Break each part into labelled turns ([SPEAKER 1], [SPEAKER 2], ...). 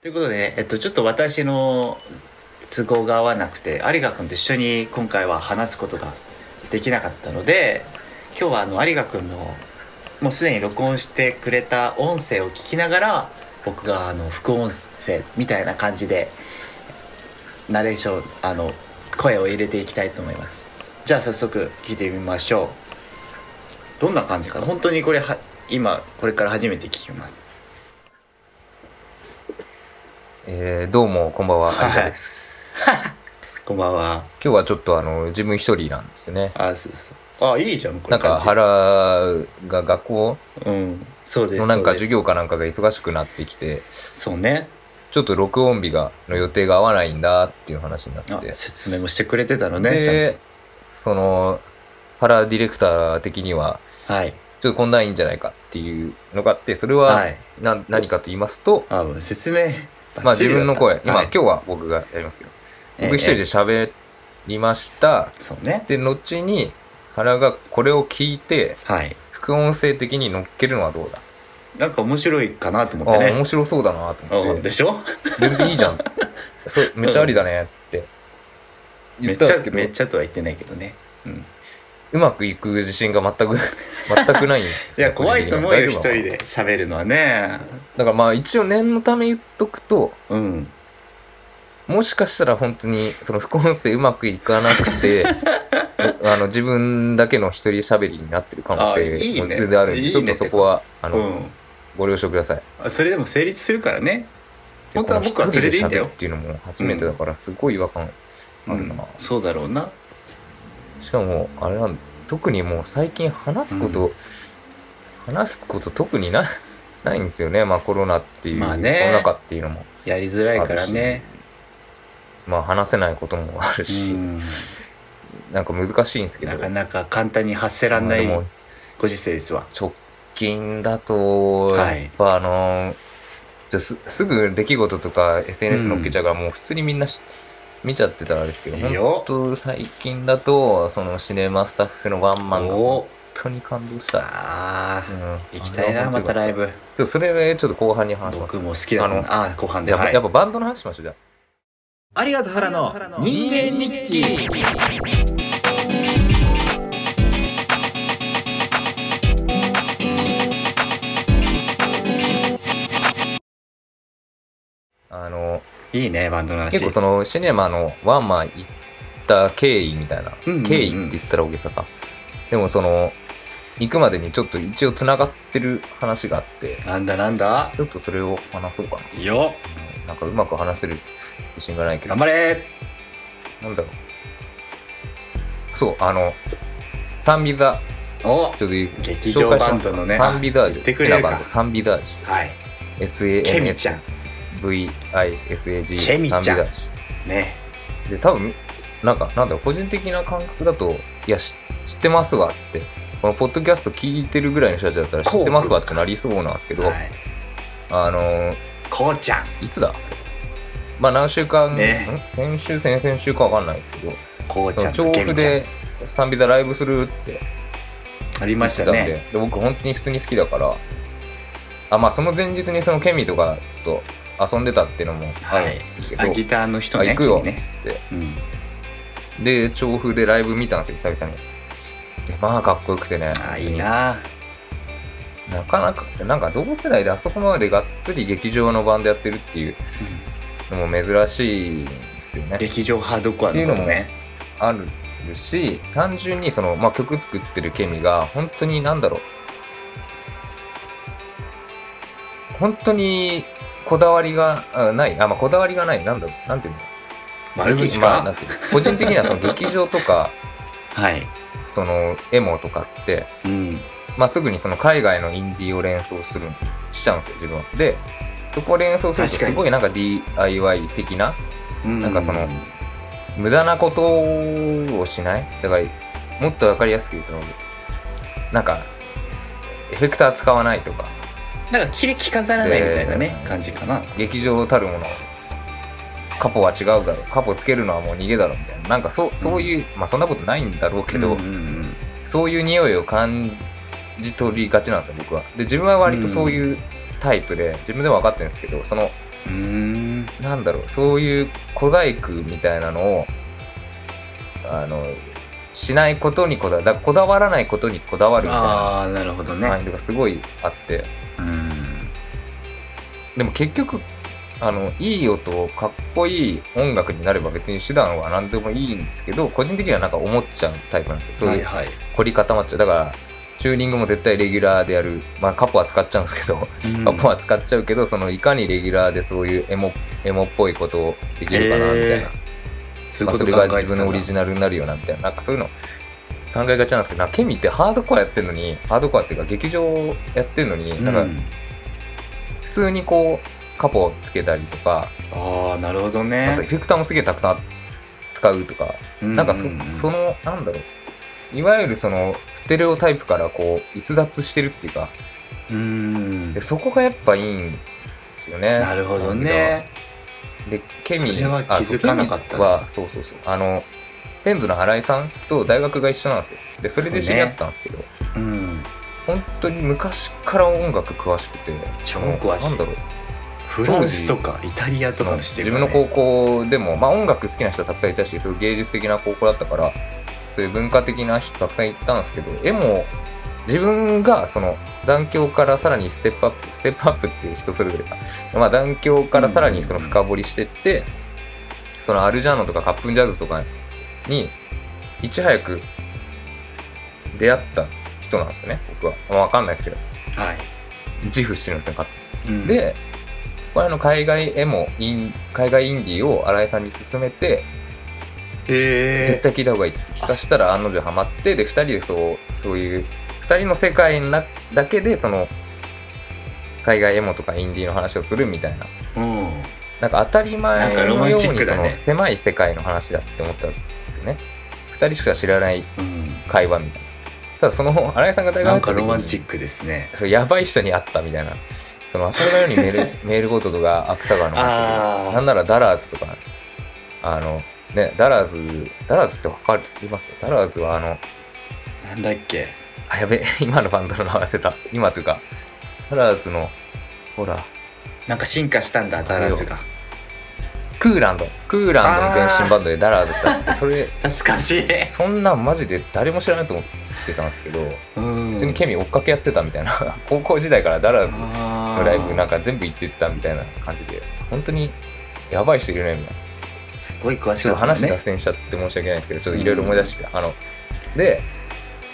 [SPEAKER 1] ということで、えっと、ちょっと私の都合が合わなくて有賀君と一緒に今回は話すことができなかったので今日はあの有賀君のもうすでに録音してくれた音声を聞きながら僕があの副音声みたいな感じでナレーションあの声を入れていきたいと思いますじゃあ早速聞いてみましょうどんな感じかな本当にこれは今これから初めて聞きます
[SPEAKER 2] えーどうも、こんばんは、
[SPEAKER 1] はい
[SPEAKER 2] 有田です。
[SPEAKER 1] こんばんは
[SPEAKER 2] 今日はちょっとあの、自分一人なんですね。
[SPEAKER 1] あそうそうあいいじゃんこれ
[SPEAKER 2] なんか腹が学校
[SPEAKER 1] うんそうです
[SPEAKER 2] のなん
[SPEAKER 1] そ
[SPEAKER 2] か
[SPEAKER 1] うです
[SPEAKER 2] 授業かなんかが忙しくなってきて、
[SPEAKER 1] そうね
[SPEAKER 2] ちょっと録音日が、の予定が合わないんだっていう話になって
[SPEAKER 1] あ。説明もしてくれてたのねちゃん
[SPEAKER 2] で、その、原ディレクター的には、
[SPEAKER 1] とはい
[SPEAKER 2] ちょっとこんなんいいんじゃないかっていうのがあって、それ
[SPEAKER 1] は
[SPEAKER 2] はいな、何かと言いますと、
[SPEAKER 1] あもう説明
[SPEAKER 2] まあ自分の声、今、
[SPEAKER 1] はい
[SPEAKER 2] 今日は僕がやりますけど、
[SPEAKER 1] ええ
[SPEAKER 2] 僕一人で喋りました。
[SPEAKER 1] そうね
[SPEAKER 2] で後に原がこれを聞いて
[SPEAKER 1] はい
[SPEAKER 2] 副音声的に乗っけるのはどうだ、
[SPEAKER 1] なんか面白いかなと思
[SPEAKER 2] あ
[SPEAKER 1] っ
[SPEAKER 2] あ
[SPEAKER 1] て
[SPEAKER 2] 面
[SPEAKER 1] ね
[SPEAKER 2] 白そうだなと思
[SPEAKER 1] う
[SPEAKER 2] っ
[SPEAKER 1] んで
[SPEAKER 2] て
[SPEAKER 1] しょ
[SPEAKER 2] 全然いい じゃんそうめっちゃありだねって
[SPEAKER 1] め
[SPEAKER 2] 言
[SPEAKER 1] っ
[SPEAKER 2] っ
[SPEAKER 1] ち
[SPEAKER 2] たんで
[SPEAKER 1] ゃ
[SPEAKER 2] すけど
[SPEAKER 1] めっちゃとは言ってないけどねうん
[SPEAKER 2] うまくいく自信が全く 全くないんです
[SPEAKER 1] い
[SPEAKER 2] よ
[SPEAKER 1] や怖いと思うよ
[SPEAKER 2] 大
[SPEAKER 1] 一
[SPEAKER 2] 丈
[SPEAKER 1] 人
[SPEAKER 2] 夫なの
[SPEAKER 1] で喋るのはね
[SPEAKER 2] だからまあ一応念のため言っとくと
[SPEAKER 1] うん
[SPEAKER 2] もしかしたら本当にその副音声うまくいかなく てあの自分だけの一人喋りになってる可能
[SPEAKER 1] あいいね
[SPEAKER 2] 性も全然あるんで
[SPEAKER 1] いいね
[SPEAKER 2] ちょっとそこはあ
[SPEAKER 1] う
[SPEAKER 2] の、
[SPEAKER 1] ん
[SPEAKER 2] ご了承ください
[SPEAKER 1] あそれでも成立するからね
[SPEAKER 2] で
[SPEAKER 1] 本当は僕はそれでいいんだよ
[SPEAKER 2] この一人喋るっていうのも初めてだからすごい違和感あ
[SPEAKER 1] う
[SPEAKER 2] るな、
[SPEAKER 1] んそうだろうな
[SPEAKER 2] しかもあれなん特にもう最近話すこと、話すこと特にな ないんですよねまあコロナっていう、
[SPEAKER 1] まあね
[SPEAKER 2] コロナ禍っていうのも
[SPEAKER 1] やりづらいからね
[SPEAKER 2] まあ話せないこともあるし、
[SPEAKER 1] うん
[SPEAKER 2] なんか難しいんですけど
[SPEAKER 1] なかなか簡単に発せらんない
[SPEAKER 2] まあでも
[SPEAKER 1] ご時世ですわ
[SPEAKER 2] 直近だと
[SPEAKER 1] は
[SPEAKER 2] や
[SPEAKER 1] い
[SPEAKER 2] っぱあのじゃあすすぐ出来事とか SNS 載っけちゃうから、もう普通にみんなし見ちゃってたらあれですけど
[SPEAKER 1] いいよ
[SPEAKER 2] 本当最近だとそのシネマスタッフのワンマンが
[SPEAKER 1] お
[SPEAKER 2] 本
[SPEAKER 1] お
[SPEAKER 2] 当に感動した、
[SPEAKER 1] あ
[SPEAKER 2] う
[SPEAKER 1] ー
[SPEAKER 2] ん、
[SPEAKER 1] 行きたい
[SPEAKER 2] あれ
[SPEAKER 1] な
[SPEAKER 2] は本当
[SPEAKER 1] ま
[SPEAKER 2] に
[SPEAKER 1] たライブ
[SPEAKER 2] でもそれねちょっと後半に話します
[SPEAKER 1] 僕も好きだもん
[SPEAKER 2] あ
[SPEAKER 1] ああ後半で
[SPEAKER 2] やっぱ,、
[SPEAKER 1] はい
[SPEAKER 2] やっぱバンドの話しましょうじゃ
[SPEAKER 1] ありがとう原の人間日記
[SPEAKER 2] ああの
[SPEAKER 1] いいねバンドの話
[SPEAKER 2] 結構そのシネマのワンマン行った経緯みたいな、
[SPEAKER 1] うんうんうん
[SPEAKER 2] 経緯って言ったら大げさかでもその行くまでにちょっと一応つながってる話があって
[SPEAKER 1] なんだなんだ
[SPEAKER 2] ちょっとそれを話そうかない
[SPEAKER 1] いよ
[SPEAKER 2] うんなんかうまく話せる自信がないけど
[SPEAKER 1] 頑張れ
[SPEAKER 2] なんだろうそうあのサンビザ
[SPEAKER 1] お
[SPEAKER 2] ちょっとい
[SPEAKER 1] 劇場バンド
[SPEAKER 2] 紹介しますか
[SPEAKER 1] のね
[SPEAKER 2] サンビザージ
[SPEAKER 1] あ言っ
[SPEAKER 2] ュ
[SPEAKER 1] て
[SPEAKER 2] 好
[SPEAKER 1] くれ
[SPEAKER 2] き
[SPEAKER 1] るか
[SPEAKER 2] なバンドサンビザージ
[SPEAKER 1] はい
[SPEAKER 2] ュ
[SPEAKER 1] ケミちゃ
[SPEAKER 2] SANSVISAG
[SPEAKER 1] ん
[SPEAKER 2] サ
[SPEAKER 1] ケ
[SPEAKER 2] ン
[SPEAKER 1] ミ
[SPEAKER 2] ビ
[SPEAKER 1] ちゃ
[SPEAKER 2] ザ
[SPEAKER 1] ん
[SPEAKER 2] ージュ
[SPEAKER 1] ね
[SPEAKER 2] で多分なんかなんだろう個人的な感覚だといやし知ってますわってこのポッドキャスト聞いてるぐらいの人たちだったら知ってますわってなりそうなんですけど、
[SPEAKER 1] はい
[SPEAKER 2] あのー
[SPEAKER 1] こうちゃん
[SPEAKER 2] いつだまあ何週間、
[SPEAKER 1] ね
[SPEAKER 2] ん先週先々週かわかんないけど
[SPEAKER 1] こうち
[SPEAKER 2] そ
[SPEAKER 1] ゃ
[SPEAKER 2] の
[SPEAKER 1] んと
[SPEAKER 2] 調
[SPEAKER 1] ケ
[SPEAKER 2] 布
[SPEAKER 1] ミちゃん
[SPEAKER 2] でサンビザライブするって
[SPEAKER 1] ありまし
[SPEAKER 2] 言って
[SPEAKER 1] た
[SPEAKER 2] たんで,、
[SPEAKER 1] ね
[SPEAKER 2] で僕本当に普通に好きだからあまあその前日にそのケミとかと遊んでたっていうのもあるんですけど、
[SPEAKER 1] あギターの人
[SPEAKER 2] あ
[SPEAKER 1] ね
[SPEAKER 2] 行くよっ
[SPEAKER 1] 君
[SPEAKER 2] つっ
[SPEAKER 1] ね
[SPEAKER 2] て、
[SPEAKER 1] うん
[SPEAKER 2] で調布でライブ見たんですよ久々にでまあかっこよくてね
[SPEAKER 1] あいいな
[SPEAKER 2] なかなかなんか同世代であそこまでがっつり劇場のバンドやってるっていうのも珍しいんですよね
[SPEAKER 1] 劇場ハードコアのことね
[SPEAKER 2] あるし単純にその、まあ、曲作ってるケミが本当に何だろう本当にこだわりがあないあ、まあ、こだわりがないなんだろうなんていうの
[SPEAKER 1] 悪口
[SPEAKER 2] まあなん
[SPEAKER 1] か
[SPEAKER 2] ていうの個人的にはその劇場とか
[SPEAKER 1] はい
[SPEAKER 2] そのエモとかって
[SPEAKER 1] うん
[SPEAKER 2] まあ、すぐにその海外のインディーを連想するしちゃうんですよ自分はでそこを連想すると
[SPEAKER 1] 確かに
[SPEAKER 2] すごいなんか DIY 的ななんかその
[SPEAKER 1] う
[SPEAKER 2] 無駄なことをしないだからもっと分かりやすく言うとなんかエフェクター使わないとか
[SPEAKER 1] なんか切り着飾らないみたいなね
[SPEAKER 2] で
[SPEAKER 1] 感じかな
[SPEAKER 2] 劇場たるものカポは違うだろうカポつけるのはもう逃げだろうみたいななんかそうそういう、まあそんなことないんだろうけど、
[SPEAKER 1] うんうんうん
[SPEAKER 2] そういう匂いを感じ取りがちなんですよ僕はで自分は割とそういうタイプで、自分でも分かってるんですけどその
[SPEAKER 1] うーん
[SPEAKER 2] なんだろうそういう小細工みたいなのをあのしないことにこだわだからこだわらないことにこだわるみたいな
[SPEAKER 1] ああなるほどね、
[SPEAKER 2] マインドがすごいあって
[SPEAKER 1] うん
[SPEAKER 2] でも結局あのいい音かっこいい音楽になれば別に手段は何でもいいんですけど個人的にはなんか思っちゃうタイプなんですよそう
[SPEAKER 1] はいいうはい
[SPEAKER 2] 凝り固まっちゃうだからチューニングも絶対レギュラーでやるまあカポは使っちゃうんですけど
[SPEAKER 1] うん
[SPEAKER 2] カポは使っちゃうけど、そのいかにレギュラーでそういうエモエモっぽいことをできるかなみたいな、
[SPEAKER 1] そうい
[SPEAKER 2] ま
[SPEAKER 1] うこ
[SPEAKER 2] あ、そ
[SPEAKER 1] と
[SPEAKER 2] れ
[SPEAKER 1] 考えてたん
[SPEAKER 2] が
[SPEAKER 1] だ
[SPEAKER 2] 自分のオリジナルになるよなみたいななんかそういうの考えがちなんですけどなんかケミってハードコアやってるのにハードコアっていうか劇場やってるのに、な
[SPEAKER 1] うん
[SPEAKER 2] か
[SPEAKER 1] ん
[SPEAKER 2] 普通にこうカポつけたりとか、
[SPEAKER 1] ああなるほど
[SPEAKER 2] あとエ
[SPEAKER 1] ね
[SPEAKER 2] フェクターもすげえたくさん使うとか、なんかそ,、そ
[SPEAKER 1] の
[SPEAKER 2] のなんだろういわゆるそのステレオタイプからこう逸脱してるっていうか
[SPEAKER 1] うん
[SPEAKER 2] でそこがやっぱいいんですよね。
[SPEAKER 1] なるほど
[SPEAKER 2] サウンドが
[SPEAKER 1] ね
[SPEAKER 2] でケミ
[SPEAKER 1] それは気づかなかった
[SPEAKER 2] あそうケミはそうそうそうあのペンズの新井さんと大学が一緒なんですよでそれで知り合ったんですけど、
[SPEAKER 1] うん
[SPEAKER 2] 本当に昔から音楽詳しくて
[SPEAKER 1] 超詳しい
[SPEAKER 2] なんだろう
[SPEAKER 1] フランスとかイタリアとかもして
[SPEAKER 2] 自
[SPEAKER 1] る
[SPEAKER 2] 分
[SPEAKER 1] から
[SPEAKER 2] の
[SPEAKER 1] ね
[SPEAKER 2] 高校でも、まあ、音楽好きな人たくさんいたしそういう芸術的な高校だったからそういう文化的な人たくさん行ったんですけど絵も自分がその段教からさらにステップアップステップアップって人それぞれか、まあ、段教からさらにその深掘りしてって、そのアルジャーノとかカップンジャズとかにいち早く出会った人なんですね僕は、まあ、分かんないですけど
[SPEAKER 1] はい
[SPEAKER 2] 自負してるんですよ勝手に
[SPEAKER 1] うん
[SPEAKER 2] で、これあの海外エモイン、海外インディーを新井さんに勧めて、
[SPEAKER 1] えー
[SPEAKER 2] 絶対聞いた方がいいっつって聞かしたら案の定ハマって、で、2人でそう、そういう、2人の世界なだけで、その、海外エモとかインディーの話をするみたいな。
[SPEAKER 1] うん
[SPEAKER 2] なんか当たり前
[SPEAKER 1] なんかロマ
[SPEAKER 2] の
[SPEAKER 1] ン
[SPEAKER 2] よ
[SPEAKER 1] チ
[SPEAKER 2] う
[SPEAKER 1] ッ
[SPEAKER 2] に
[SPEAKER 1] クだ
[SPEAKER 2] そ
[SPEAKER 1] ね
[SPEAKER 2] の狭い世界の話だって思ったんですよね。2人しか知らない
[SPEAKER 1] うん
[SPEAKER 2] 会話みたいな。ただその新井さんが大学
[SPEAKER 1] なん
[SPEAKER 2] 入った
[SPEAKER 1] か
[SPEAKER 2] 時
[SPEAKER 1] ロマン
[SPEAKER 2] に
[SPEAKER 1] チックですね
[SPEAKER 2] そうやばい人に会ったみたいなその当たり前のようにメールメールゴートとか芥川の話と
[SPEAKER 1] あ
[SPEAKER 2] か
[SPEAKER 1] ー
[SPEAKER 2] なんならダラーズとかあのねダラーズダラーズってわかりますダラーズはあの
[SPEAKER 1] なんだっけ
[SPEAKER 2] あやべ 今のバンドの名前忘れた今というかダラーズのほら
[SPEAKER 1] なんか進化したんだダラーズが
[SPEAKER 2] クーランドクーランドの前身バンドでダラーズってあってそれ
[SPEAKER 1] 懐かしい
[SPEAKER 2] そんなんマジで誰も知らないと思ってたんですけど
[SPEAKER 1] うん
[SPEAKER 2] 普通にケミ追っかけやってたみたいな 高校時代からダラーズ
[SPEAKER 1] の
[SPEAKER 2] のライブなんか全部行ってったみたいな感じで本当にやばい人いるねみたいな
[SPEAKER 1] すごい詳し
[SPEAKER 2] ちょ
[SPEAKER 1] か
[SPEAKER 2] っ
[SPEAKER 1] った
[SPEAKER 2] と
[SPEAKER 1] ね
[SPEAKER 2] 話脱線しちゃって申し訳ないですけどちょっといろいろ思い出してきた、あので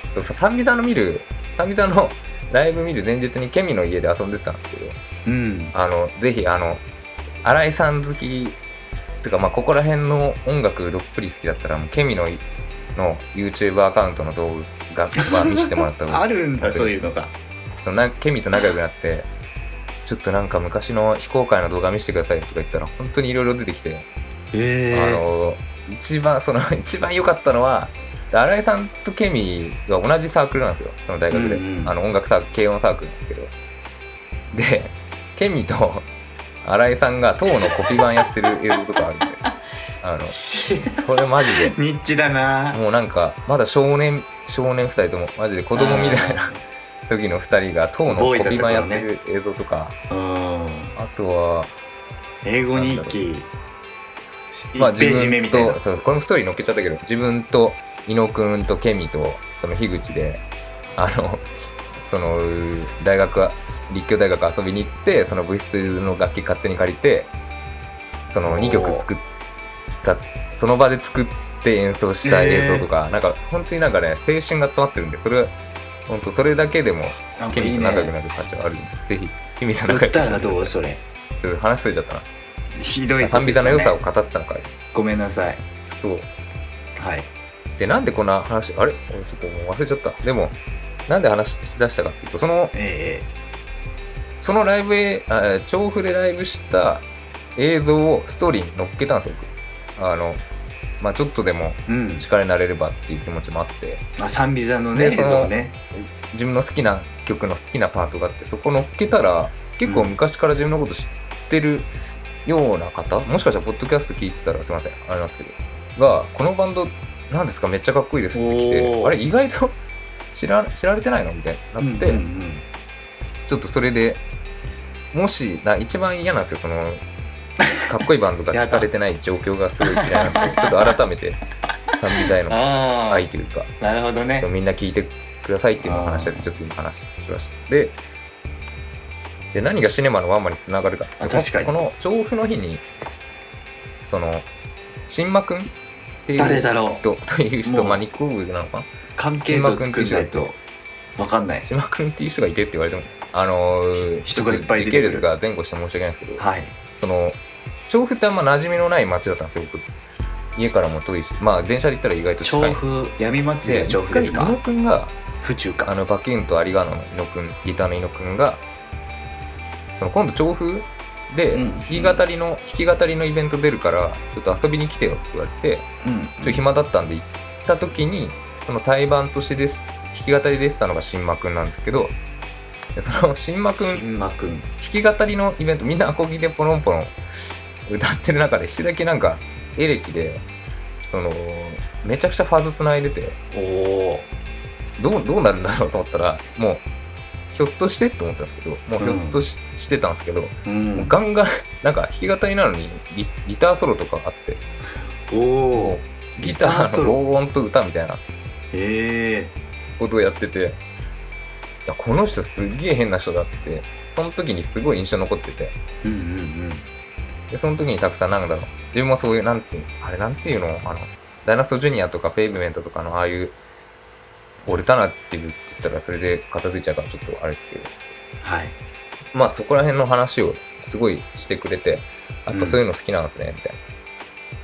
[SPEAKER 2] そうそう三美座の見る三美座のライブ見る前日にケミの家で遊んでたんですけど
[SPEAKER 1] うん
[SPEAKER 2] あのぜひあの新井さん好きとかまあここら辺の音楽どっぷり好きだったらもうケミのの YouTube アカウントの動画は見せてもらった方 が
[SPEAKER 1] あ
[SPEAKER 2] いいです
[SPEAKER 1] るんだ
[SPEAKER 2] 本当に
[SPEAKER 1] そういうのが
[SPEAKER 2] そのなケミと仲良くなってちょっとなんか昔の非公開の動画見せてくださいとか言ったら本当にいろいろ出てきて、
[SPEAKER 1] え
[SPEAKER 2] あの一番その 一番良かったのは新井さんとケミは同じサークルなんですよその大学で、
[SPEAKER 1] うんうん
[SPEAKER 2] あの音楽サークル軽音サークルなんですけどでケミと新井さんが当のコピー版やってる映像とかあ るんであのそれマジで
[SPEAKER 1] ニッチだな
[SPEAKER 2] もうなんかまだ少年少年2人ともマジで子供みたいな時の2人が当のコピー版やってる映像とか、
[SPEAKER 1] うん
[SPEAKER 2] あとは、
[SPEAKER 1] 英語日記
[SPEAKER 2] まあ、
[SPEAKER 1] 1ページ目みたいな
[SPEAKER 2] とそうこれもストーリー載っけちゃったけど自分と伊野くんとケミとその樋口であの その大学は立教大学遊びに行ってその部室の楽器勝手に借りてそ
[SPEAKER 1] お
[SPEAKER 2] の
[SPEAKER 1] ー
[SPEAKER 2] 2曲作ったその場で作って演奏した映像とか、なんか本当になんかね青春が詰まってるんでそれ本当それだけでも
[SPEAKER 1] なんか
[SPEAKER 2] ケ
[SPEAKER 1] い
[SPEAKER 2] ミ
[SPEAKER 1] い
[SPEAKER 2] と
[SPEAKER 1] ね
[SPEAKER 2] 仲良くなる価値はあるんでぜひケミと
[SPEAKER 1] 売
[SPEAKER 2] 仲
[SPEAKER 1] っ
[SPEAKER 2] 良く
[SPEAKER 1] た
[SPEAKER 2] して
[SPEAKER 1] ら
[SPEAKER 2] くだ
[SPEAKER 1] どう
[SPEAKER 2] さ
[SPEAKER 1] それ
[SPEAKER 2] いちょっと話しとれちゃったな
[SPEAKER 1] ひどい
[SPEAKER 2] 賛美座の良さを語ってたのかい
[SPEAKER 1] ごめんなさい
[SPEAKER 2] そう
[SPEAKER 1] はい
[SPEAKER 2] でなんでこんな話あれ俺ちょっともう忘れちゃったでもなんで話し出したかっていうとその
[SPEAKER 1] え
[SPEAKER 2] そのライブへあえー調布でライブした映像をストーリーに載っけたんですよ僕あのまあちょっとでも
[SPEAKER 1] えうん
[SPEAKER 2] 力になれればっていう気持ちもあって
[SPEAKER 1] あ賛美座のね映
[SPEAKER 2] でその
[SPEAKER 1] 像ね
[SPEAKER 2] 自分の好きな曲の好きなパートがあってそこ乗っけたら結構昔から自分のこと知ってるような方、もしかしたらポッドキャスト聞いてたらすいませんあれなんですけどがこのバンドなんですかめっちゃかっこいいですって来
[SPEAKER 1] お
[SPEAKER 2] て
[SPEAKER 1] ー
[SPEAKER 2] あれ意外と知ら 知られてないのみたいになって、
[SPEAKER 1] うんうんうん
[SPEAKER 2] ちょっとそれでもしな一番嫌なんですよそのかっこいいバンドが聞かれてない状況がすごい嫌いな んでちょっと改めて賛美隊の
[SPEAKER 1] ああ、
[SPEAKER 2] 愛というか
[SPEAKER 1] なるほどね
[SPEAKER 2] そうみんな聞いてくださいっていうのを話したってちょっと今話しましたでで何がシネマのワンマンにつながるかっていうと
[SPEAKER 1] あ確かに
[SPEAKER 2] この調布の日にその新間くんっていう
[SPEAKER 1] 誰だろう
[SPEAKER 2] 人という人
[SPEAKER 1] もう
[SPEAKER 2] まあニコーグなのかな
[SPEAKER 1] 関係図を作んないとわかんない
[SPEAKER 2] 島君っていう人がいてって言われてもあのー
[SPEAKER 1] 人がいっぱい
[SPEAKER 2] 時
[SPEAKER 1] 出
[SPEAKER 2] 系
[SPEAKER 1] てくる
[SPEAKER 2] 列が前後して申し訳ないんですけど、
[SPEAKER 1] はい
[SPEAKER 2] その調布ってあんま馴染みのない町だったんですよ僕家からも遠いしまあ電車で行ったら意外と近
[SPEAKER 1] 調
[SPEAKER 2] い
[SPEAKER 1] 布闇祭り
[SPEAKER 2] で
[SPEAKER 1] は調布です
[SPEAKER 2] 一回
[SPEAKER 1] か
[SPEAKER 2] 猪野くんが
[SPEAKER 1] 府中か
[SPEAKER 2] あのバキュンとアリガーノの猪野くんギターの猪野くんがその今度調布で
[SPEAKER 1] うん
[SPEAKER 2] 弾き語りの、弾き語りのイベント出るからちょっと遊びに来てよって言われて
[SPEAKER 1] うん
[SPEAKER 2] ちょっと暇だったんで行った時にその対バンとしてです弾き語りでしたのが新間くんなんですけどでその新間くん弾
[SPEAKER 1] 新間くん
[SPEAKER 2] き語りのイベントみんなアコギでポロンポロン 歌ってる中で一人だけなんかエレキでそのめちゃくちゃファズ繋いでて
[SPEAKER 1] おお
[SPEAKER 2] どうどうなるんだろうと思ったらもうひょっとしてと思ったんですけどもうひょっとし,、してたんですけども
[SPEAKER 1] う
[SPEAKER 2] うんガンガンなんか弾き語りなのにギギターソロとかあって
[SPEAKER 1] おお
[SPEAKER 2] ギタ
[SPEAKER 1] ギター
[SPEAKER 2] ー
[SPEAKER 1] ソ
[SPEAKER 2] の
[SPEAKER 1] ロ
[SPEAKER 2] 防音と歌みたいな
[SPEAKER 1] ええ
[SPEAKER 2] ことをやってていやこの人すっげえ変な人だってその時にすごい印象残ってて
[SPEAKER 1] うんうん
[SPEAKER 2] でその時にたくさんなんだろう自分もそういうなんていうあれなんていうのあのダイナソージュニアとかペイブメントとかのああいうオルタナティブって言ったらそれで片付いちゃうからちょっとあれですけど
[SPEAKER 1] うんはい
[SPEAKER 2] まあそこら辺の話をすごいしてくれてやっ
[SPEAKER 1] う
[SPEAKER 2] ぱ
[SPEAKER 1] ん
[SPEAKER 2] そういうの好きなんですねみたいな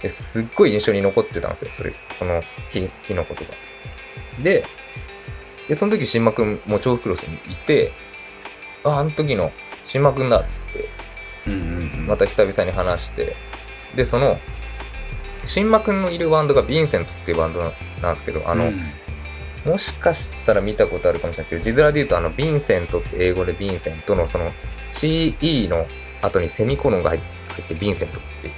[SPEAKER 2] ですっごい印象に残ってたんですよそれその日日のことがででその時新馬くんも調布クロスにいてああの時の新馬くんだっつって
[SPEAKER 1] うんうんうん
[SPEAKER 2] また久々に話してでその新馬くんのいるバンドがヴィンセントっていうバンドななんですけどあの、
[SPEAKER 1] うん
[SPEAKER 2] もしかしたら見たことあるかもしれないですけど、字面で言うと、あの、ヴィンセントって英語でヴィンセントの、その、CE の後にセミコロンが入って、ヴィンセントって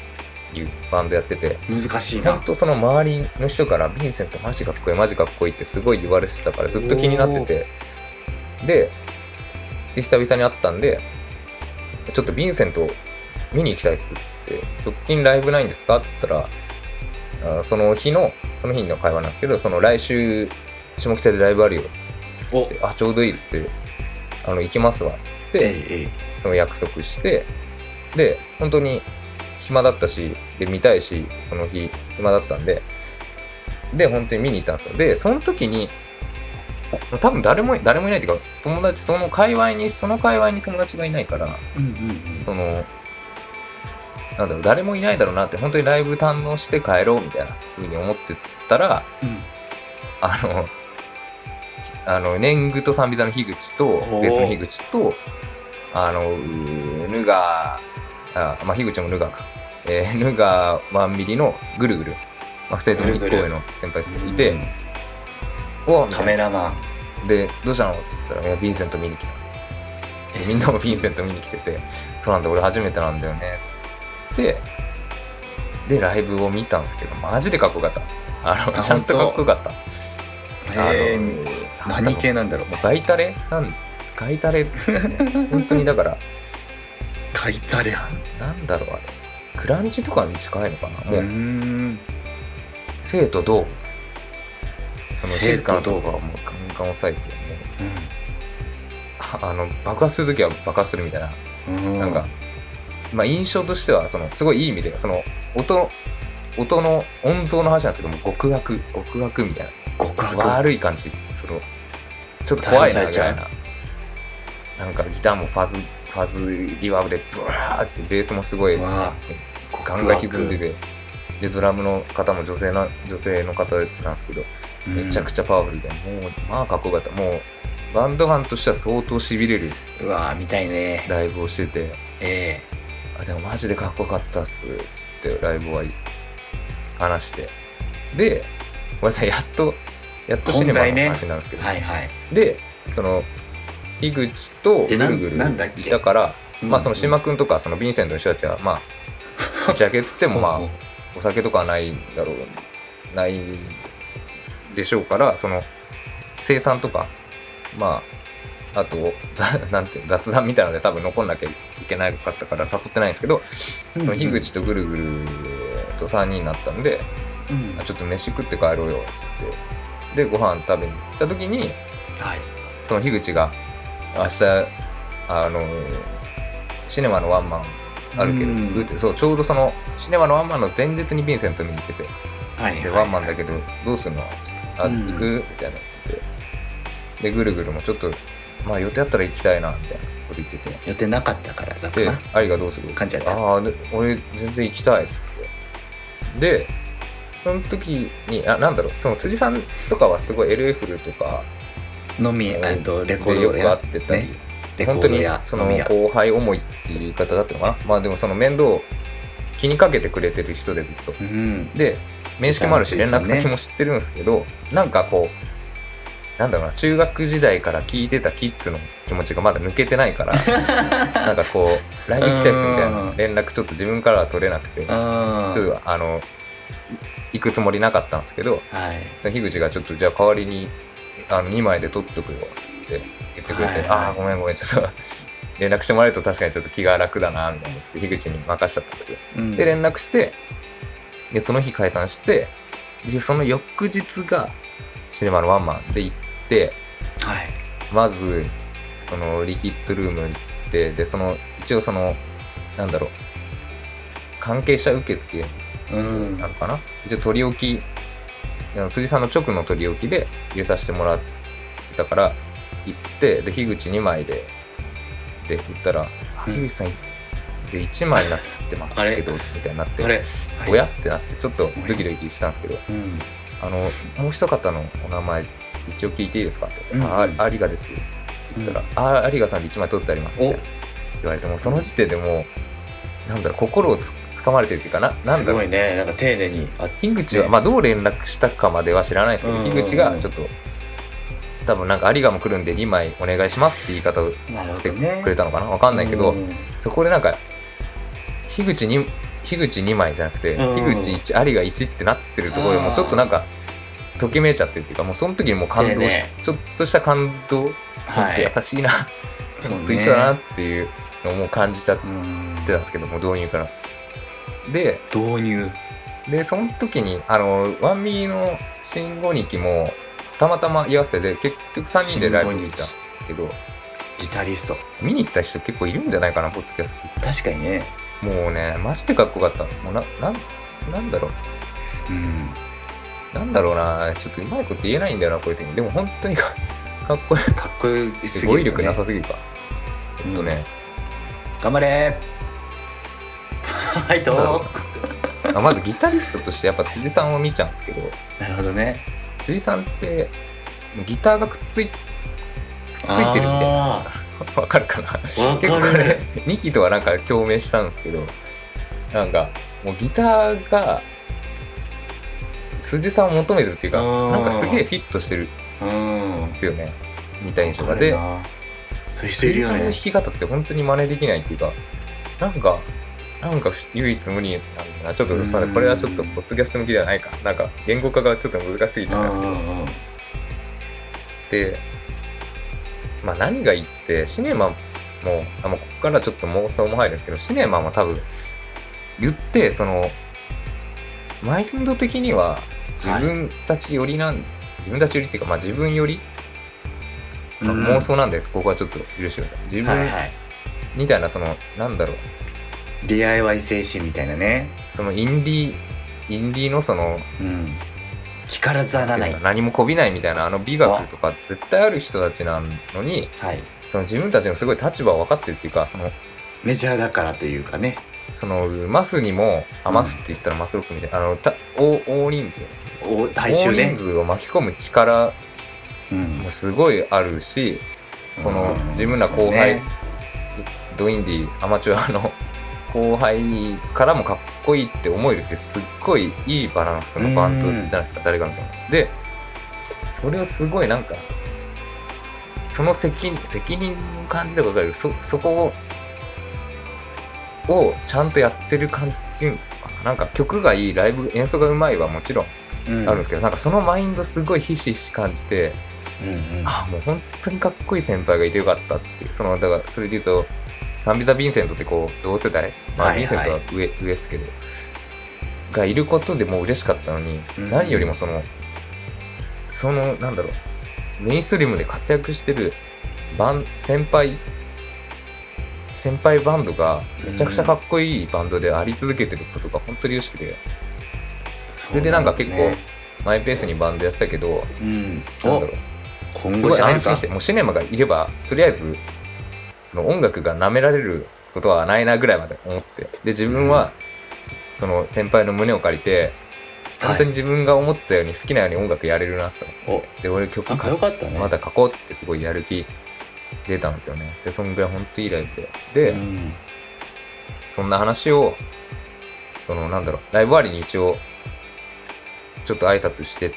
[SPEAKER 2] いうバンドやってて、
[SPEAKER 1] 難しい
[SPEAKER 2] ほん
[SPEAKER 1] な
[SPEAKER 2] とその周りの人から、ヴィンセントマジかっこいい、マジかっこいいってすごい言われてたから、ずっと気になってて、で、で久々に会ったんで、ちょっとヴィンセント見に行きたいっすっつって、直近ライブないんですかっつったら、あその日の、その日の会話なんですけど、その来週、下北でライブあるよ
[SPEAKER 1] お
[SPEAKER 2] ってあちょうどいいっつってあの行きますわっつっ
[SPEAKER 1] ええ
[SPEAKER 2] て
[SPEAKER 1] ええ
[SPEAKER 2] その約束してで本当に暇だったしで見たいしその日暇だったんでで本当に見に行ったんですよでその時に多分誰も誰もいないっていうか友達その界隈にその界隈に友達がいないから
[SPEAKER 1] うんうんうん
[SPEAKER 2] そのなんだろう誰もいないだろうなって本当にライブ堪能して帰ろうみたいな風に思ってたら
[SPEAKER 1] うん
[SPEAKER 2] あの、あの、年貢と三ビザの樋口と、
[SPEAKER 1] ー
[SPEAKER 2] ベースの樋口と、あの、うーヌガー、あ、まあ、樋口もヌガーか。えー、ヌガーワンミリのぐるぐる。まあ、二人とも一個上の先輩ですけどいて、うわみ
[SPEAKER 1] カ
[SPEAKER 2] た
[SPEAKER 1] メ
[SPEAKER 2] い
[SPEAKER 1] ラマン
[SPEAKER 2] なで、どうしたのっつったら、いや、ヴィンセント見に来たっつってみんなもヴィンセント見に来てて、そうなんだ、俺初めてなんだよね、つって、で、ライブを見たんですけど、マジでかっこよかった。あの、
[SPEAKER 1] あ
[SPEAKER 2] ちゃんとかっこよかった。
[SPEAKER 1] え
[SPEAKER 2] あの
[SPEAKER 1] ー
[SPEAKER 2] なんだろう
[SPEAKER 1] 何系なんだろう
[SPEAKER 2] もうガイタレなんガイタレで すね本当にだから
[SPEAKER 1] 書いたりゃ
[SPEAKER 2] なんだろうあれクランチとかに近いのかなもう、
[SPEAKER 1] ん
[SPEAKER 2] 生と動その静かな
[SPEAKER 1] 生
[SPEAKER 2] 動
[SPEAKER 1] 徒
[SPEAKER 2] 画をもうガンガン抑えてもうああの爆発する時は爆発するみたいな、
[SPEAKER 1] うん
[SPEAKER 2] なんかまあ印象としてはそのすごいいい意味でその音音の音像の話なんですけどもう極悪極悪みたい
[SPEAKER 1] 極
[SPEAKER 2] な
[SPEAKER 1] 悪
[SPEAKER 2] 悪い感じそのちょっと怖いなみたい
[SPEAKER 1] 逮
[SPEAKER 2] ななんかギターもファズファズリワーブでブワーッてベースもすごい
[SPEAKER 1] わあ
[SPEAKER 2] ガンガン歪んでてでドラムの方も女性な女性の方なんですけどめちゃく
[SPEAKER 1] ち
[SPEAKER 2] ちゃパワフルで、もうまあかっこよかったもうバンドマンとしては相当しびれる
[SPEAKER 1] ゃうわあ見たいね
[SPEAKER 2] ライブをしてて
[SPEAKER 1] え
[SPEAKER 2] あでもマジでかっこよかったっすつってライブ終わり話してでごめんなさいやっとやっとシネマの話なんですけ
[SPEAKER 1] え
[SPEAKER 2] ど、
[SPEAKER 1] はいはい
[SPEAKER 2] でその樋口とぐ
[SPEAKER 1] えな
[SPEAKER 2] る
[SPEAKER 1] ん
[SPEAKER 2] ぐる
[SPEAKER 1] なんだっけ
[SPEAKER 2] いたからまあその
[SPEAKER 1] 島
[SPEAKER 2] 島君とかそのヴィンセントの人たちはまあ打ち上げっつってもま あお酒とかはないだろうないでしょうからその生 産とかまああとざなんていうの雑談みたいなので多分残んなきゃけなかったから誘ってないんですけど、
[SPEAKER 1] う
[SPEAKER 2] そ
[SPEAKER 1] ん
[SPEAKER 2] の樋口とぐるぐると3人になったんで、
[SPEAKER 1] うん
[SPEAKER 2] あちょっと飯食って帰ろうよっつってでご飯食べに行った時に
[SPEAKER 1] はい
[SPEAKER 2] その樋口が明日あのシネマのワンマンあるけど
[SPEAKER 1] うん
[SPEAKER 2] 行くって、そうちょうどそのシネマのワンマンの前日にヴィンセント見に行ってて、
[SPEAKER 1] はい
[SPEAKER 2] で
[SPEAKER 1] はい
[SPEAKER 2] ワンマンだけどどうすんのあ
[SPEAKER 1] うん
[SPEAKER 2] 行くみたいな言っててでぐるぐるもちょっとまあ予定あったら行きたいなみたいなこと言ってて
[SPEAKER 1] 予定なかったからだか
[SPEAKER 2] で
[SPEAKER 1] な
[SPEAKER 2] 「アリがどうする?」
[SPEAKER 1] 噛んじゃった
[SPEAKER 2] ああで俺全然行きたい」っつってでその時にあなんだろうその辻さんとかはすごい LF とか
[SPEAKER 1] 飲みえっとレコ
[SPEAKER 2] で
[SPEAKER 1] ー
[SPEAKER 2] よ
[SPEAKER 1] ド
[SPEAKER 2] く会
[SPEAKER 1] や
[SPEAKER 2] ってたり、
[SPEAKER 1] ねレコ
[SPEAKER 2] 本当
[SPEAKER 1] ード
[SPEAKER 2] に
[SPEAKER 1] や
[SPEAKER 2] その
[SPEAKER 1] 飲み屋
[SPEAKER 2] 後輩思いっていう言い方だったのかなまあでもその面倒を気にかけてくれてる人でずっと
[SPEAKER 1] うん
[SPEAKER 2] で面識もあるし
[SPEAKER 1] で
[SPEAKER 2] 連
[SPEAKER 1] すよ
[SPEAKER 2] 絡
[SPEAKER 1] ね
[SPEAKER 2] 先も知ってるんですけどなんかこうなんだろうな中学時代から聞いてたキッズの気持ちがまだ抜けてな いからなんかこう「ライブ行きたいっす」みたいな
[SPEAKER 1] うん
[SPEAKER 2] 連絡ちょっと自分からは取れなくてちょ
[SPEAKER 1] あ
[SPEAKER 2] っ
[SPEAKER 1] ー
[SPEAKER 2] とあの行くつもりなかったんですけど
[SPEAKER 1] はい
[SPEAKER 2] 樋口がちょっとじゃあ代わりにあの2枚で取っとくよっつって言ってくれ
[SPEAKER 1] はい
[SPEAKER 2] て、
[SPEAKER 1] はい
[SPEAKER 2] ああごめんごめんちょっと連絡してもらえると確かにちょっと気が楽だなみたいなのって樋口に任しちゃったんですけど、
[SPEAKER 1] うん
[SPEAKER 2] で連絡してでその日解散してでその翌日がシネマのワンマンで行って
[SPEAKER 1] はい
[SPEAKER 2] まずそのリキッドルームに行ってでその一応そのなんだろう関係者受付
[SPEAKER 1] うん
[SPEAKER 2] なのかな一応取り置きあの辻さんの直の取り置きで入れさせてもらってたから行ってで樋口2枚でで言ったら「あ
[SPEAKER 1] うん
[SPEAKER 2] 樋口さんで1枚になってます
[SPEAKER 1] あれ
[SPEAKER 2] けど」みたいになって
[SPEAKER 1] あれ
[SPEAKER 2] 「おや?」ってなってちょっとドキドキしたんですけど
[SPEAKER 1] うん
[SPEAKER 2] 「あのもう一方のお名前って一応聞いていいですか?」って言って
[SPEAKER 1] う
[SPEAKER 2] 「
[SPEAKER 1] んうん
[SPEAKER 2] ああ有賀です」って言ったら「あ有賀さんで1枚取ってあります」みたいな言われてもうその時点でもうなんだろう心をつかまれてるっていうかななんだ
[SPEAKER 1] す
[SPEAKER 2] ろう
[SPEAKER 1] ごいねなんか丁寧にあ
[SPEAKER 2] 樋口は、
[SPEAKER 1] ね
[SPEAKER 2] まあ、どう連絡したかまでは知らないですけど、
[SPEAKER 1] うんうんうん
[SPEAKER 2] 樋口がちょっと多分なんか「有賀も来るんで2枚お願いします」って言い方を
[SPEAKER 1] なるほ
[SPEAKER 2] して
[SPEAKER 1] どね
[SPEAKER 2] くれたのかなわかんないけど、
[SPEAKER 1] うん
[SPEAKER 2] そこでなんか樋口に樋口2枚じゃなくて、
[SPEAKER 1] うんうん
[SPEAKER 2] 樋口1有賀1ってなってるところでもうちょっとなんかときめいちゃってるっていうかもうその時にもう感動し、
[SPEAKER 1] ね
[SPEAKER 2] ちょっとした感動本当優しいな、
[SPEAKER 1] そうね
[SPEAKER 2] 本当一緒だなっていうのをもう感じちゃっ
[SPEAKER 1] う
[SPEAKER 2] て
[SPEAKER 1] ん
[SPEAKER 2] たんですけどもう導入から。で
[SPEAKER 1] 導入
[SPEAKER 2] でその時にあのワンミーの新五日もたまたま居合わせで結局3人でライブに行ったんですけど
[SPEAKER 1] ギタリスト
[SPEAKER 2] 見に行った人結構いるんじゃないかなポッドキャスト聞いて
[SPEAKER 1] 確かにね
[SPEAKER 2] たもうねマジでかっこよかったもうななんなんだろう
[SPEAKER 1] うん
[SPEAKER 2] なんだろうなちょっとうまいこと言えないんだよなこういう時にでも本当にか かっこよ
[SPEAKER 1] かっこよす
[SPEAKER 2] く
[SPEAKER 1] ぎ
[SPEAKER 2] 語彙
[SPEAKER 1] るよ
[SPEAKER 2] 力
[SPEAKER 1] ね
[SPEAKER 2] なさすぎるか、えっとね、
[SPEAKER 1] 頑張れはい
[SPEAKER 2] なんだろ
[SPEAKER 1] ど
[SPEAKER 2] うあまずギタリストとしてやっぱ辻さんを見ちゃうんですけど
[SPEAKER 1] うなるほどね
[SPEAKER 2] 辻さんってギターがくっついくっついてるみたいな
[SPEAKER 1] な
[SPEAKER 2] わかるかな
[SPEAKER 1] わ
[SPEAKER 2] 結
[SPEAKER 1] か
[SPEAKER 2] 構これ
[SPEAKER 1] る
[SPEAKER 2] 2期とはなんか共鳴したんですけどなんかもうギターが辻さんを求めてるっていうか
[SPEAKER 1] うん
[SPEAKER 2] なんかすげえフィットしてる
[SPEAKER 1] うん
[SPEAKER 2] んですよねみたいな印象が
[SPEAKER 1] わかる
[SPEAKER 2] で
[SPEAKER 1] なそういう人いる
[SPEAKER 2] 辻
[SPEAKER 1] よ
[SPEAKER 2] さんの
[SPEAKER 1] ね
[SPEAKER 2] 弾き方って本当に真似できないっていうかなんかなんか唯一無二なんだなちょっとすいませ
[SPEAKER 1] うんん
[SPEAKER 2] これはちょっとポッドキャスト向きではないかなんか言語化がちょっと難しすぎたんですけど
[SPEAKER 1] うんうんうん
[SPEAKER 2] で、まあ、何がいいってシネマもあもうここからちょっと妄想も入るんですけどシネマも多分言ってそのマインド的には自分たち寄りなん、自分たち寄りっていうか、まあ、自分寄り、まあ
[SPEAKER 1] うん
[SPEAKER 2] 妄想なんでここはちょっと許してください自
[SPEAKER 1] はい
[SPEAKER 2] 分
[SPEAKER 1] はい
[SPEAKER 2] みたいなそのなんだろう
[SPEAKER 1] DIY 精神みたいなね
[SPEAKER 2] そのインディーインディーのその
[SPEAKER 1] うん気からざらな
[SPEAKER 2] な
[SPEAKER 1] ん
[SPEAKER 2] ていう
[SPEAKER 1] い
[SPEAKER 2] の何もこびないみたいなあの美学とか絶対ある人たちなのに
[SPEAKER 1] はい
[SPEAKER 2] その自分たちのすごい立場を分かってるっていうかその
[SPEAKER 1] メジャーだからというかね
[SPEAKER 2] そのマスにもあ
[SPEAKER 1] うん
[SPEAKER 2] マスって言ったらマスロックみたいなあのた大大人数
[SPEAKER 1] お大
[SPEAKER 2] 大
[SPEAKER 1] 衆ね
[SPEAKER 2] 人数を巻き込む力
[SPEAKER 1] うん
[SPEAKER 2] もすごいあるしこの自分ら後輩ドインディアマチュアの 後輩からもかっこいいって思えるってすっごいいいバランスのバンドじゃないですか誰が見ても。でそれをすごいなんかその責任責任を感じたことあるそそこををちゃんとやってる感じっていうのかななんか曲がいいライブ演奏がうまいはもちろん
[SPEAKER 1] うん
[SPEAKER 2] あるんですけど、なんかそのマインドすごいひしひし感じて。
[SPEAKER 1] うんうん
[SPEAKER 2] あもう本当にかっこいい先輩がいてよかったっていうそのだからそれで言うとサンビザ・ヴィンセントってこう同世代、まあ、
[SPEAKER 1] はい
[SPEAKER 2] ヴィンセントは上,、上ですけどがいることでもう嬉しかったのに、
[SPEAKER 1] うん
[SPEAKER 2] 何よりもそのそのなんだろうメインストリームで活躍してるバン先輩先輩バンドがめちゃくちゃかっこいいバンドであり続けてることが本当に嬉しくて、それでなんか結構マイペースにバンドやってたけど、
[SPEAKER 1] うん
[SPEAKER 2] なんだろう
[SPEAKER 1] お今
[SPEAKER 2] す
[SPEAKER 1] 後
[SPEAKER 2] ご
[SPEAKER 1] じ
[SPEAKER 2] い
[SPEAKER 1] ゃない
[SPEAKER 2] 安
[SPEAKER 1] か
[SPEAKER 2] 心して、もうシネマがいれば、とりあえず、その音楽が舐められることはないなぐらいまで思って、で、自分は、その先輩の胸を借りて、
[SPEAKER 1] はい
[SPEAKER 2] 本当に自分が思ったように好きなように音楽やれるなと思
[SPEAKER 1] お
[SPEAKER 2] って、で、俺曲
[SPEAKER 1] なんか良
[SPEAKER 2] か
[SPEAKER 1] かったね
[SPEAKER 2] また書こうってすごいやる気出たんですよね。で、そんぐらい本当いいライブで。で、
[SPEAKER 1] うん
[SPEAKER 2] そんな話を、そのなんだろう、ライブ終わりに一応、ちょっと挨拶してっ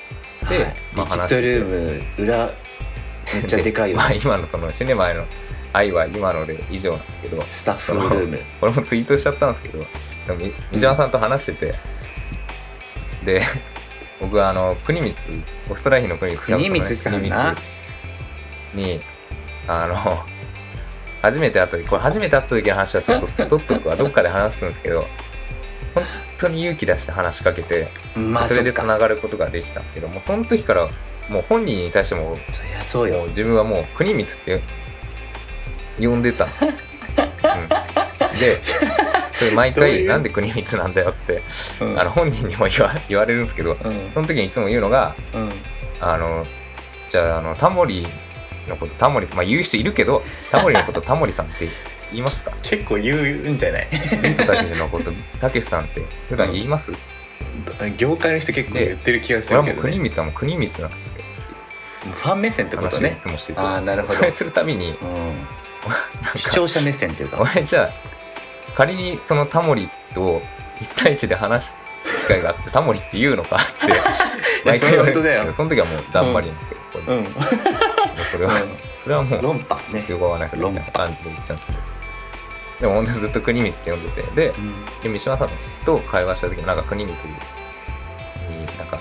[SPEAKER 2] て、
[SPEAKER 1] はい
[SPEAKER 2] まあ
[SPEAKER 1] リキッ
[SPEAKER 2] 話し
[SPEAKER 1] ド
[SPEAKER 2] て
[SPEAKER 1] ルーム裏めっちゃでかいよ
[SPEAKER 2] まあ今のそのシネマへの愛は今ので以上なんですけど、
[SPEAKER 1] スタッフルーム
[SPEAKER 2] 俺もツイートしちゃったんですけど、でもみ三島さんと話してて、で、 僕はあの、国光、オフストライヒの国光
[SPEAKER 1] 国光さんな
[SPEAKER 2] に、あの、初めて会った時、これ初めて会った時の話はちょ っと取っとくわ、どっかで話すんですけど、本当に勇気出して話しかけて、
[SPEAKER 1] まあ
[SPEAKER 2] それで
[SPEAKER 1] っか
[SPEAKER 2] つながることができたんですけど、もうその時から、もう本人に対しても
[SPEAKER 1] そりゃそう
[SPEAKER 2] もう
[SPEAKER 1] よ
[SPEAKER 2] 自分はもう国光って呼んでた んですよ、うん、でそれ毎
[SPEAKER 1] どうい
[SPEAKER 2] 回
[SPEAKER 1] う
[SPEAKER 2] なんで国光なんだよって
[SPEAKER 1] うん
[SPEAKER 2] あの本人にも言わ 言われるんですけど
[SPEAKER 1] うん
[SPEAKER 2] その時にいつも言うのが
[SPEAKER 1] うん
[SPEAKER 2] あのじゃああのタモリのことタモリさんまあ言う人いるけどタモリのことタモリさんって言います か
[SPEAKER 1] 結構言うんじゃない
[SPEAKER 2] ビートたけしのことたけしさんって普段言います、
[SPEAKER 1] 業界の人結構言ってる気がす
[SPEAKER 2] 俺は
[SPEAKER 1] る
[SPEAKER 2] も
[SPEAKER 1] けどね
[SPEAKER 2] う国
[SPEAKER 1] も
[SPEAKER 2] 光はもう国光なんですよっていう
[SPEAKER 1] ファン目線って
[SPEAKER 2] て
[SPEAKER 1] こと
[SPEAKER 2] 話をい
[SPEAKER 1] ね
[SPEAKER 2] つもしてて
[SPEAKER 1] あーなるほど
[SPEAKER 2] それするたびに
[SPEAKER 1] うん視聴者目線っ ていうか
[SPEAKER 2] 俺じゃあ仮にそのタモリと1対1で話す機会があってタモリって言うのか って毎回言われるんですけどその時はもうだんまりなんですけど、これ
[SPEAKER 1] う
[SPEAKER 2] も
[SPEAKER 1] ん
[SPEAKER 2] うそれはそれはもう
[SPEAKER 1] 論破ね
[SPEAKER 2] よくわからないですみたいな感じで言っちゃうんですけどでも本当にずっと国光って呼んでてで
[SPEAKER 1] うん
[SPEAKER 2] で三島さんと会話した時もなんか国光になんか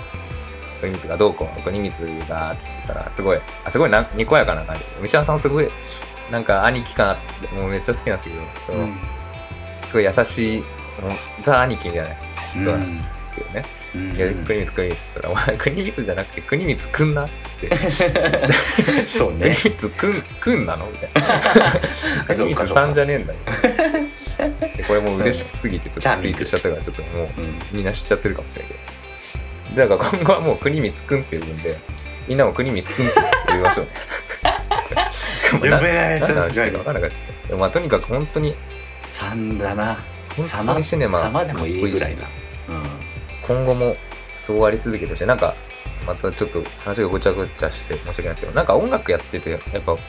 [SPEAKER 2] 国光がどうこう国光がっつってたらすごいあすごいなにこやかな感じ三島さんすごいなんか兄貴感あってもうめっちゃ好きなんですけどそう、
[SPEAKER 1] うん
[SPEAKER 2] すごい優しい、もうザ兄貴みたいな人なんですけどね。
[SPEAKER 1] うん
[SPEAKER 2] いや、国光国光って言ったら、お前国光じゃなくて国光くん なって。
[SPEAKER 1] そうね
[SPEAKER 2] 国光くん、くんなのみたい
[SPEAKER 1] そ
[SPEAKER 2] な。
[SPEAKER 1] うか
[SPEAKER 2] 国光さんじゃねえんだよ。でこれもう嬉しすぎて、ちょっとツイートしちゃったから、ちょっともう
[SPEAKER 1] うん
[SPEAKER 2] みんな知っちゃってるかもしれないけど。だから今後はもう国光くんって呼ぶんで、みんなも国光くんって呼び ましょう。
[SPEAKER 1] やべえ確
[SPEAKER 2] 何の話だ
[SPEAKER 1] か
[SPEAKER 2] か
[SPEAKER 1] に
[SPEAKER 2] 分からなかったでもまあとにかく本当に
[SPEAKER 1] 3だな
[SPEAKER 2] 本当にシネマ
[SPEAKER 1] 様でもいいぐらいな
[SPEAKER 2] かっ
[SPEAKER 1] うん
[SPEAKER 2] 今後もそうあり続けてほしいなんかまたちょっと話がごちゃごちゃして申し訳ないですけどなんか音楽やっててやっぱ
[SPEAKER 1] はい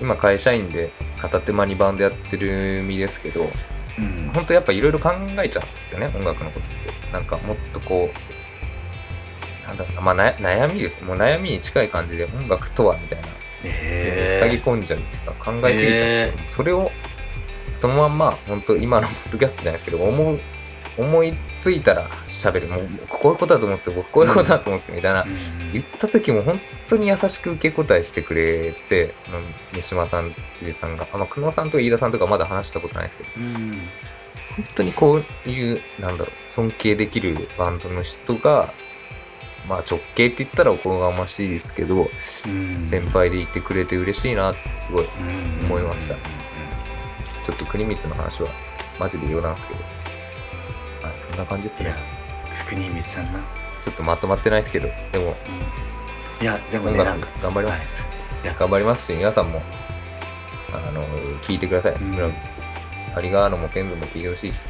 [SPEAKER 2] 今会社員で片手間にバンドやってる身ですけど
[SPEAKER 1] うん
[SPEAKER 2] 本当やっぱいろいろ考えちゃうんですよね音楽のことってなんかもっとこうなんだろうなまあな悩みですもう悩みに近い感じで音楽とはみたいな
[SPEAKER 1] え
[SPEAKER 2] 塞ぎ込んじゃうっていうか考えすぎちゃうっていうかそれをそのまんま本当今のポッドキャストじゃないですけど思う思いついたら喋るもうもうこういうことだと思うんですよ僕こういうことだと思うんですよみたいな言った時も本当に優しく受け答えしてくれてその三島さん辻さんがあまあ久能さんとか飯田さんとかまだ話したことないですけど
[SPEAKER 1] うん
[SPEAKER 2] 本当にこういうなんだろう尊敬できるバンドの人がまあ直系って言ったらおこがましいですけど
[SPEAKER 1] うん
[SPEAKER 2] 先輩でいてくれて嬉しいなってすごい
[SPEAKER 1] うん
[SPEAKER 2] 思いましたちょっと国光の話はマジで余談ですけど、はい、そんな感じです
[SPEAKER 1] いや
[SPEAKER 2] ね。
[SPEAKER 1] 国光さんな
[SPEAKER 2] ちょっとまとまってないですけど、でも、
[SPEAKER 1] いやでも
[SPEAKER 2] 音
[SPEAKER 1] ねな
[SPEAKER 2] 楽
[SPEAKER 1] んか
[SPEAKER 2] 頑張ります。
[SPEAKER 1] いや
[SPEAKER 2] 頑張りますし、皆さんも、あの、聞いてください。
[SPEAKER 1] うん
[SPEAKER 2] それはアリガーノもケンズも聞いてほしいし、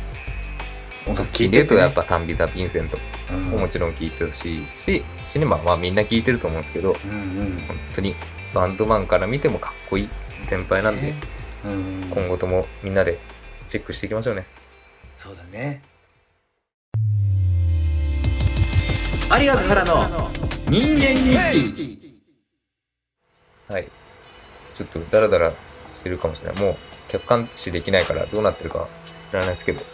[SPEAKER 1] 音楽
[SPEAKER 2] 聞
[SPEAKER 1] 聴
[SPEAKER 2] い
[SPEAKER 1] い
[SPEAKER 2] て
[SPEAKER 1] て
[SPEAKER 2] るとやっ
[SPEAKER 1] ね
[SPEAKER 2] ぱサンビザ・ヴィンセント
[SPEAKER 1] うん
[SPEAKER 2] ももちろん聞いてほしいし、シネマはみんな聞いてると思うんですけど、
[SPEAKER 1] うんうん
[SPEAKER 2] 本当にバンドマンから見てもかっこいい先輩なんで
[SPEAKER 1] ね、うん
[SPEAKER 2] 今後ともみんなでチェックしていきましょうね。
[SPEAKER 1] そうだね
[SPEAKER 3] 有賀原の
[SPEAKER 1] 人間
[SPEAKER 3] 日
[SPEAKER 1] 日記
[SPEAKER 3] 記
[SPEAKER 2] はい。ちょっとダラダラしてるかもしれない。もう客観視できないからどうなってるか知らないですけど。
[SPEAKER 1] は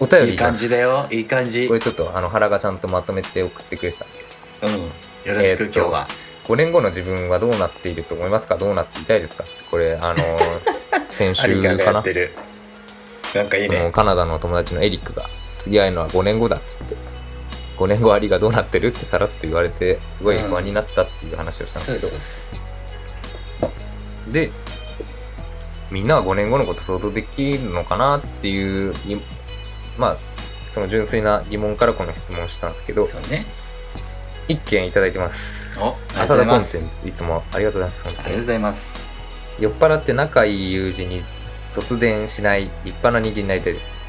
[SPEAKER 2] お便
[SPEAKER 1] い
[SPEAKER 2] り
[SPEAKER 1] いい
[SPEAKER 2] きま
[SPEAKER 1] 感
[SPEAKER 2] す
[SPEAKER 1] じだよいい感じ
[SPEAKER 2] こ
[SPEAKER 1] う
[SPEAKER 2] れ
[SPEAKER 1] ん
[SPEAKER 2] ちょっとあの原がちゃんとまとめて送ってくれてたんで。
[SPEAKER 1] よろしく今
[SPEAKER 2] えーっ
[SPEAKER 1] 日
[SPEAKER 2] と
[SPEAKER 1] は
[SPEAKER 2] 5年後の自分はどうなっていると思いますかどうなっていたいですかってこれあの 先
[SPEAKER 1] アリ
[SPEAKER 2] 週
[SPEAKER 1] が
[SPEAKER 2] か
[SPEAKER 1] や
[SPEAKER 2] な
[SPEAKER 1] ってるなんかいい
[SPEAKER 2] その
[SPEAKER 1] ね
[SPEAKER 2] カナダの友達のエリックが次会えるのは5年後だっつって5年後アリがどうなってるってさらっと言われてすごい不安になったっていう話をしたん
[SPEAKER 1] そ
[SPEAKER 2] で
[SPEAKER 1] う
[SPEAKER 2] す
[SPEAKER 1] そ
[SPEAKER 2] け
[SPEAKER 1] う
[SPEAKER 2] ど、
[SPEAKER 1] そう
[SPEAKER 2] でみんなは5年後のこと想像できるのかなっていういまあその純粋な疑問からこの質問をしたんですけど
[SPEAKER 1] そうね
[SPEAKER 2] 1件いただいてます
[SPEAKER 1] おありがと
[SPEAKER 2] 浅
[SPEAKER 1] うござい
[SPEAKER 2] 田コン
[SPEAKER 1] ま
[SPEAKER 2] テン
[SPEAKER 1] す
[SPEAKER 2] ツいつもありがとうございます本
[SPEAKER 1] あ
[SPEAKER 2] 当
[SPEAKER 1] りがとう
[SPEAKER 2] に
[SPEAKER 1] ございます
[SPEAKER 2] 酔っ払って仲いい友人に突然しない立派な人間になりたいです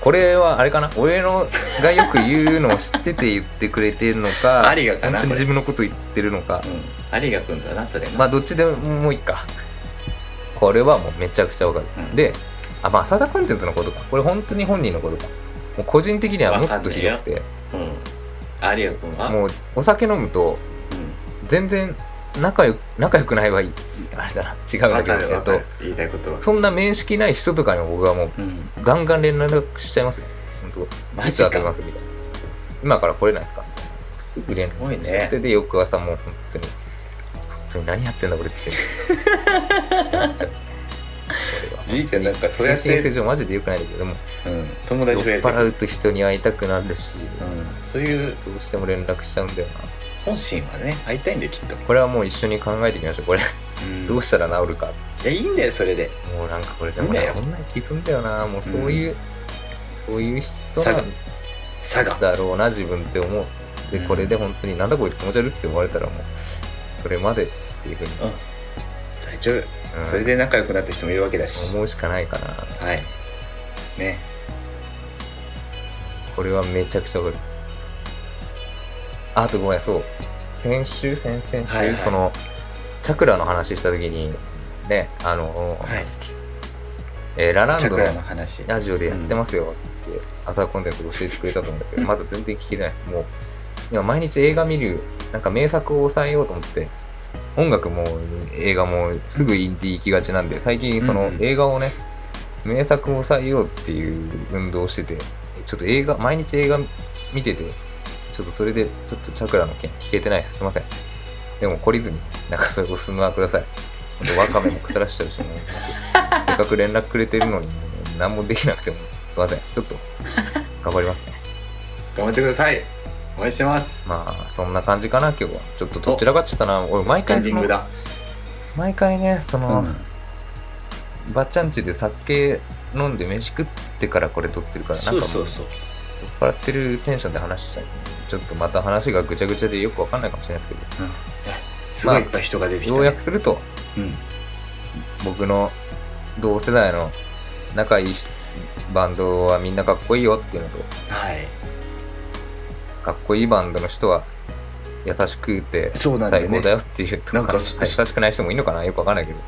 [SPEAKER 2] これはあれかな俺のがよく言うのを知ってて言ってくれてるの か
[SPEAKER 1] ありがかな
[SPEAKER 2] 本当に
[SPEAKER 1] これ
[SPEAKER 2] 自分のこと言ってるのか
[SPEAKER 1] うんアリがくんだなそれな
[SPEAKER 2] まあどっちでもいいかこれはもうめちゃくちゃわかる、
[SPEAKER 1] うん
[SPEAKER 2] であまあ浅田コンテンツのことかこれ本当に本人のことかもう個人的にはもっとひどくて
[SPEAKER 1] うんアリがくんは
[SPEAKER 2] もうお酒飲むと
[SPEAKER 1] う
[SPEAKER 2] 全然仲良く仲良くないはいいあれだな違
[SPEAKER 1] ん
[SPEAKER 2] うんだ
[SPEAKER 1] わ
[SPEAKER 2] け
[SPEAKER 1] か
[SPEAKER 2] ど
[SPEAKER 1] る
[SPEAKER 2] え
[SPEAKER 1] わ
[SPEAKER 2] っ
[SPEAKER 1] か
[SPEAKER 2] と
[SPEAKER 1] る言いたいことは
[SPEAKER 2] そんな面識ない人とかにも僕はもう
[SPEAKER 1] うん
[SPEAKER 2] ガンガン連絡しちゃいますね。本当。
[SPEAKER 1] マ
[SPEAKER 2] い
[SPEAKER 1] ジ
[SPEAKER 2] つ
[SPEAKER 1] か
[SPEAKER 2] 当てますみたいな。今から来れないですかみたいな。すぐ連
[SPEAKER 1] すごい
[SPEAKER 2] 絡
[SPEAKER 1] ね
[SPEAKER 2] しちゃってで、翌朝もう本当に、本当に何やってんだ俺って。なっちゃうこれはい
[SPEAKER 1] いじゃんなんか そ
[SPEAKER 2] 精
[SPEAKER 1] うや
[SPEAKER 2] 神
[SPEAKER 1] って
[SPEAKER 2] 衛生上マジで良くないんだけどでも
[SPEAKER 1] うん友
[SPEAKER 2] 酔
[SPEAKER 1] 達
[SPEAKER 2] っ
[SPEAKER 1] 増える
[SPEAKER 2] 払うと人に会いたくなるし、
[SPEAKER 1] うんそういう
[SPEAKER 2] どうしても連絡しちゃうんだよな
[SPEAKER 1] 本心はね会いたいんできっと
[SPEAKER 2] これはもう一緒に考えていきましょうこれどうしたら治るか
[SPEAKER 1] いやいいんだよそれで
[SPEAKER 2] もうなんかこれでもね
[SPEAKER 1] いいんだよ
[SPEAKER 2] こんな気すんだよなもうそういう、そういう人なんだ
[SPEAKER 1] 佐賀
[SPEAKER 2] だろうな自分って思うで
[SPEAKER 1] うん
[SPEAKER 2] これで本当になんだこいつ気持ち悪いって思われたらもうそれまでっていうふうに、
[SPEAKER 1] うん大丈夫
[SPEAKER 2] うん
[SPEAKER 1] それで仲良くなった人もいるわけだし
[SPEAKER 2] 思うしかないかな
[SPEAKER 1] はいね
[SPEAKER 2] これはめちゃくちゃわかるああとごめんそう先週先々週、
[SPEAKER 1] はいはい
[SPEAKER 2] そのチャクラの話した時にねあの、
[SPEAKER 1] はい
[SPEAKER 2] えーララ
[SPEAKER 1] チ
[SPEAKER 2] ン
[SPEAKER 1] ャ
[SPEAKER 2] ド
[SPEAKER 1] ク
[SPEAKER 2] の
[SPEAKER 1] ラの話
[SPEAKER 2] ラジオでやってますよって、朝コンテンツ教えてくれたと思うんだけど、まだ全然聞けてないです。もう、今毎日映画見る、なんか名作を抑えようと思って、音楽も映画もすぐインディー行きがちなんで、最近その
[SPEAKER 1] うんうん
[SPEAKER 2] 映画をね、名作を抑えようっていう運動をしてて、ちょっと映画、毎日映画見てて、ちょっとそれで、ちょっとチャクラの件聞けてないです。すいません。でも懲りずに、なんかそれご質問はください。ほんとワカメも腐らしちゃうしね。せっかく連絡くれてるのに、何もできなくても、すいません。ちょっと、頑張りますね。
[SPEAKER 1] 頑張ってください応援してます
[SPEAKER 2] まあ、そんな感じかな、今日は。ちょっとどちらかっちゃったな。俺、毎
[SPEAKER 1] エ
[SPEAKER 2] 回
[SPEAKER 1] ン
[SPEAKER 2] そ
[SPEAKER 1] ディン
[SPEAKER 2] の
[SPEAKER 1] グ、だ
[SPEAKER 2] 毎回ね、そうの、ばっちゃんちで酒飲んで飯食ってからこれ撮ってるから、なんかもう、酔っ
[SPEAKER 1] う
[SPEAKER 2] 払ってるテンションで話しちゃう。ちょっとまた話がぐちゃぐちゃでよくわかんないかもしれないですけ
[SPEAKER 1] いやすごいいっぱい人が出てきたね
[SPEAKER 2] ど、要約すると、
[SPEAKER 1] うん
[SPEAKER 2] 僕の同世代の仲いいしバンドはみんなかっこいいよっていうのと
[SPEAKER 1] はい
[SPEAKER 2] かっこいいバンドの人は優しくて
[SPEAKER 1] そ
[SPEAKER 2] 最
[SPEAKER 1] うな
[SPEAKER 2] 高
[SPEAKER 1] んだよね
[SPEAKER 2] だよっていうと
[SPEAKER 1] なんかそ
[SPEAKER 2] 優しくない人もいるのかなよくわかんないけど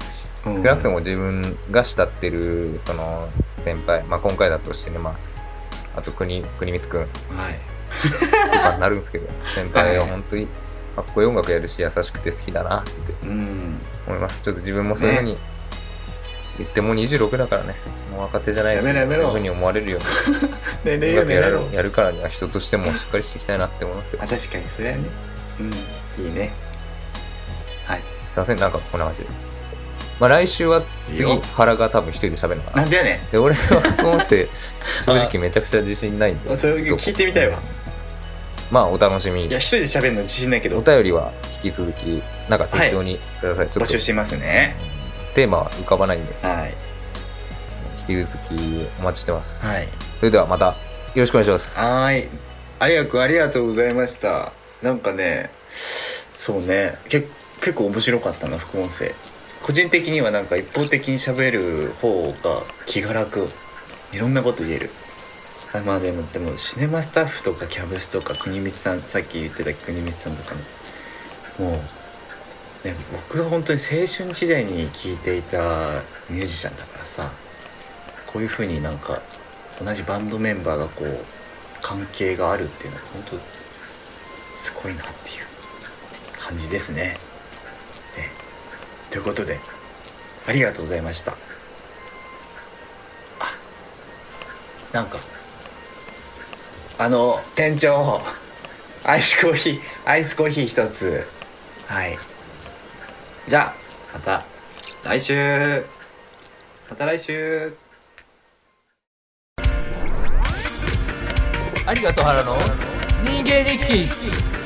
[SPEAKER 1] 少
[SPEAKER 2] 少なくとも自分が慕ってるその先輩、まあ、今回だとしてね、まあ、あと国国光くん
[SPEAKER 1] はい
[SPEAKER 2] とかになるんですけど先輩は本当にかっこいい音楽やるし優しくて好きだなって
[SPEAKER 1] うん
[SPEAKER 2] 思いますちょっと自分もそういうふうに言ってもう26だからねもう若手じゃない
[SPEAKER 1] や
[SPEAKER 2] しそう
[SPEAKER 1] めろやめろ
[SPEAKER 2] いうふうに思われるように
[SPEAKER 1] ね
[SPEAKER 2] 音
[SPEAKER 1] ね
[SPEAKER 2] 楽や
[SPEAKER 1] や
[SPEAKER 2] る
[SPEAKER 1] ろう
[SPEAKER 2] やるからには人としてもしっかりしていきたいなって思いますよ
[SPEAKER 1] あ。確かにそれはねうんいいねはい
[SPEAKER 2] すいません、なんかこんな感じで。まあ来週は次
[SPEAKER 1] いいよ、
[SPEAKER 2] 原が多分一人で喋るのか
[SPEAKER 1] な
[SPEAKER 2] な。
[SPEAKER 1] んでやね
[SPEAKER 2] で、俺は副音 声、正直めちゃくちゃ自信ないんで。
[SPEAKER 1] んそれ聞いてみたいわ
[SPEAKER 2] まあお楽しみ
[SPEAKER 1] いや。一人で喋るの自信ないけ
[SPEAKER 2] お
[SPEAKER 1] ど
[SPEAKER 2] 便りは引き続き、なんか適当にください。ちょ
[SPEAKER 1] 募
[SPEAKER 2] っと
[SPEAKER 1] 集してますね
[SPEAKER 2] テーマは浮かばないんで、
[SPEAKER 1] はい
[SPEAKER 2] 引き続きお待ちしてます。
[SPEAKER 1] はい
[SPEAKER 2] それではまた、よろしくお願いします。
[SPEAKER 1] はーい。ありがくんありがとうございました。なんかね、そうね、け結構面白かったな、副音声。個人的にはなんか一方的に喋る方が気が楽。いろんなこと言える。あまあでも、でもシネマスタッフとかキャブスとか国光さん、さっき言ってた国光さんとかも、もう、ね、僕が本当に青春時代に聴いていたミュージシャンだからさ、こういう風になんか同じバンドメンバーがこう関係があるっていうのは本当すごいなっていう感じですね。ねということでありがとうございました。あなんかあの店長アイスコーヒーアイスコーヒー一つはいじゃあまた来週また来週
[SPEAKER 2] ありがとう原野人間日記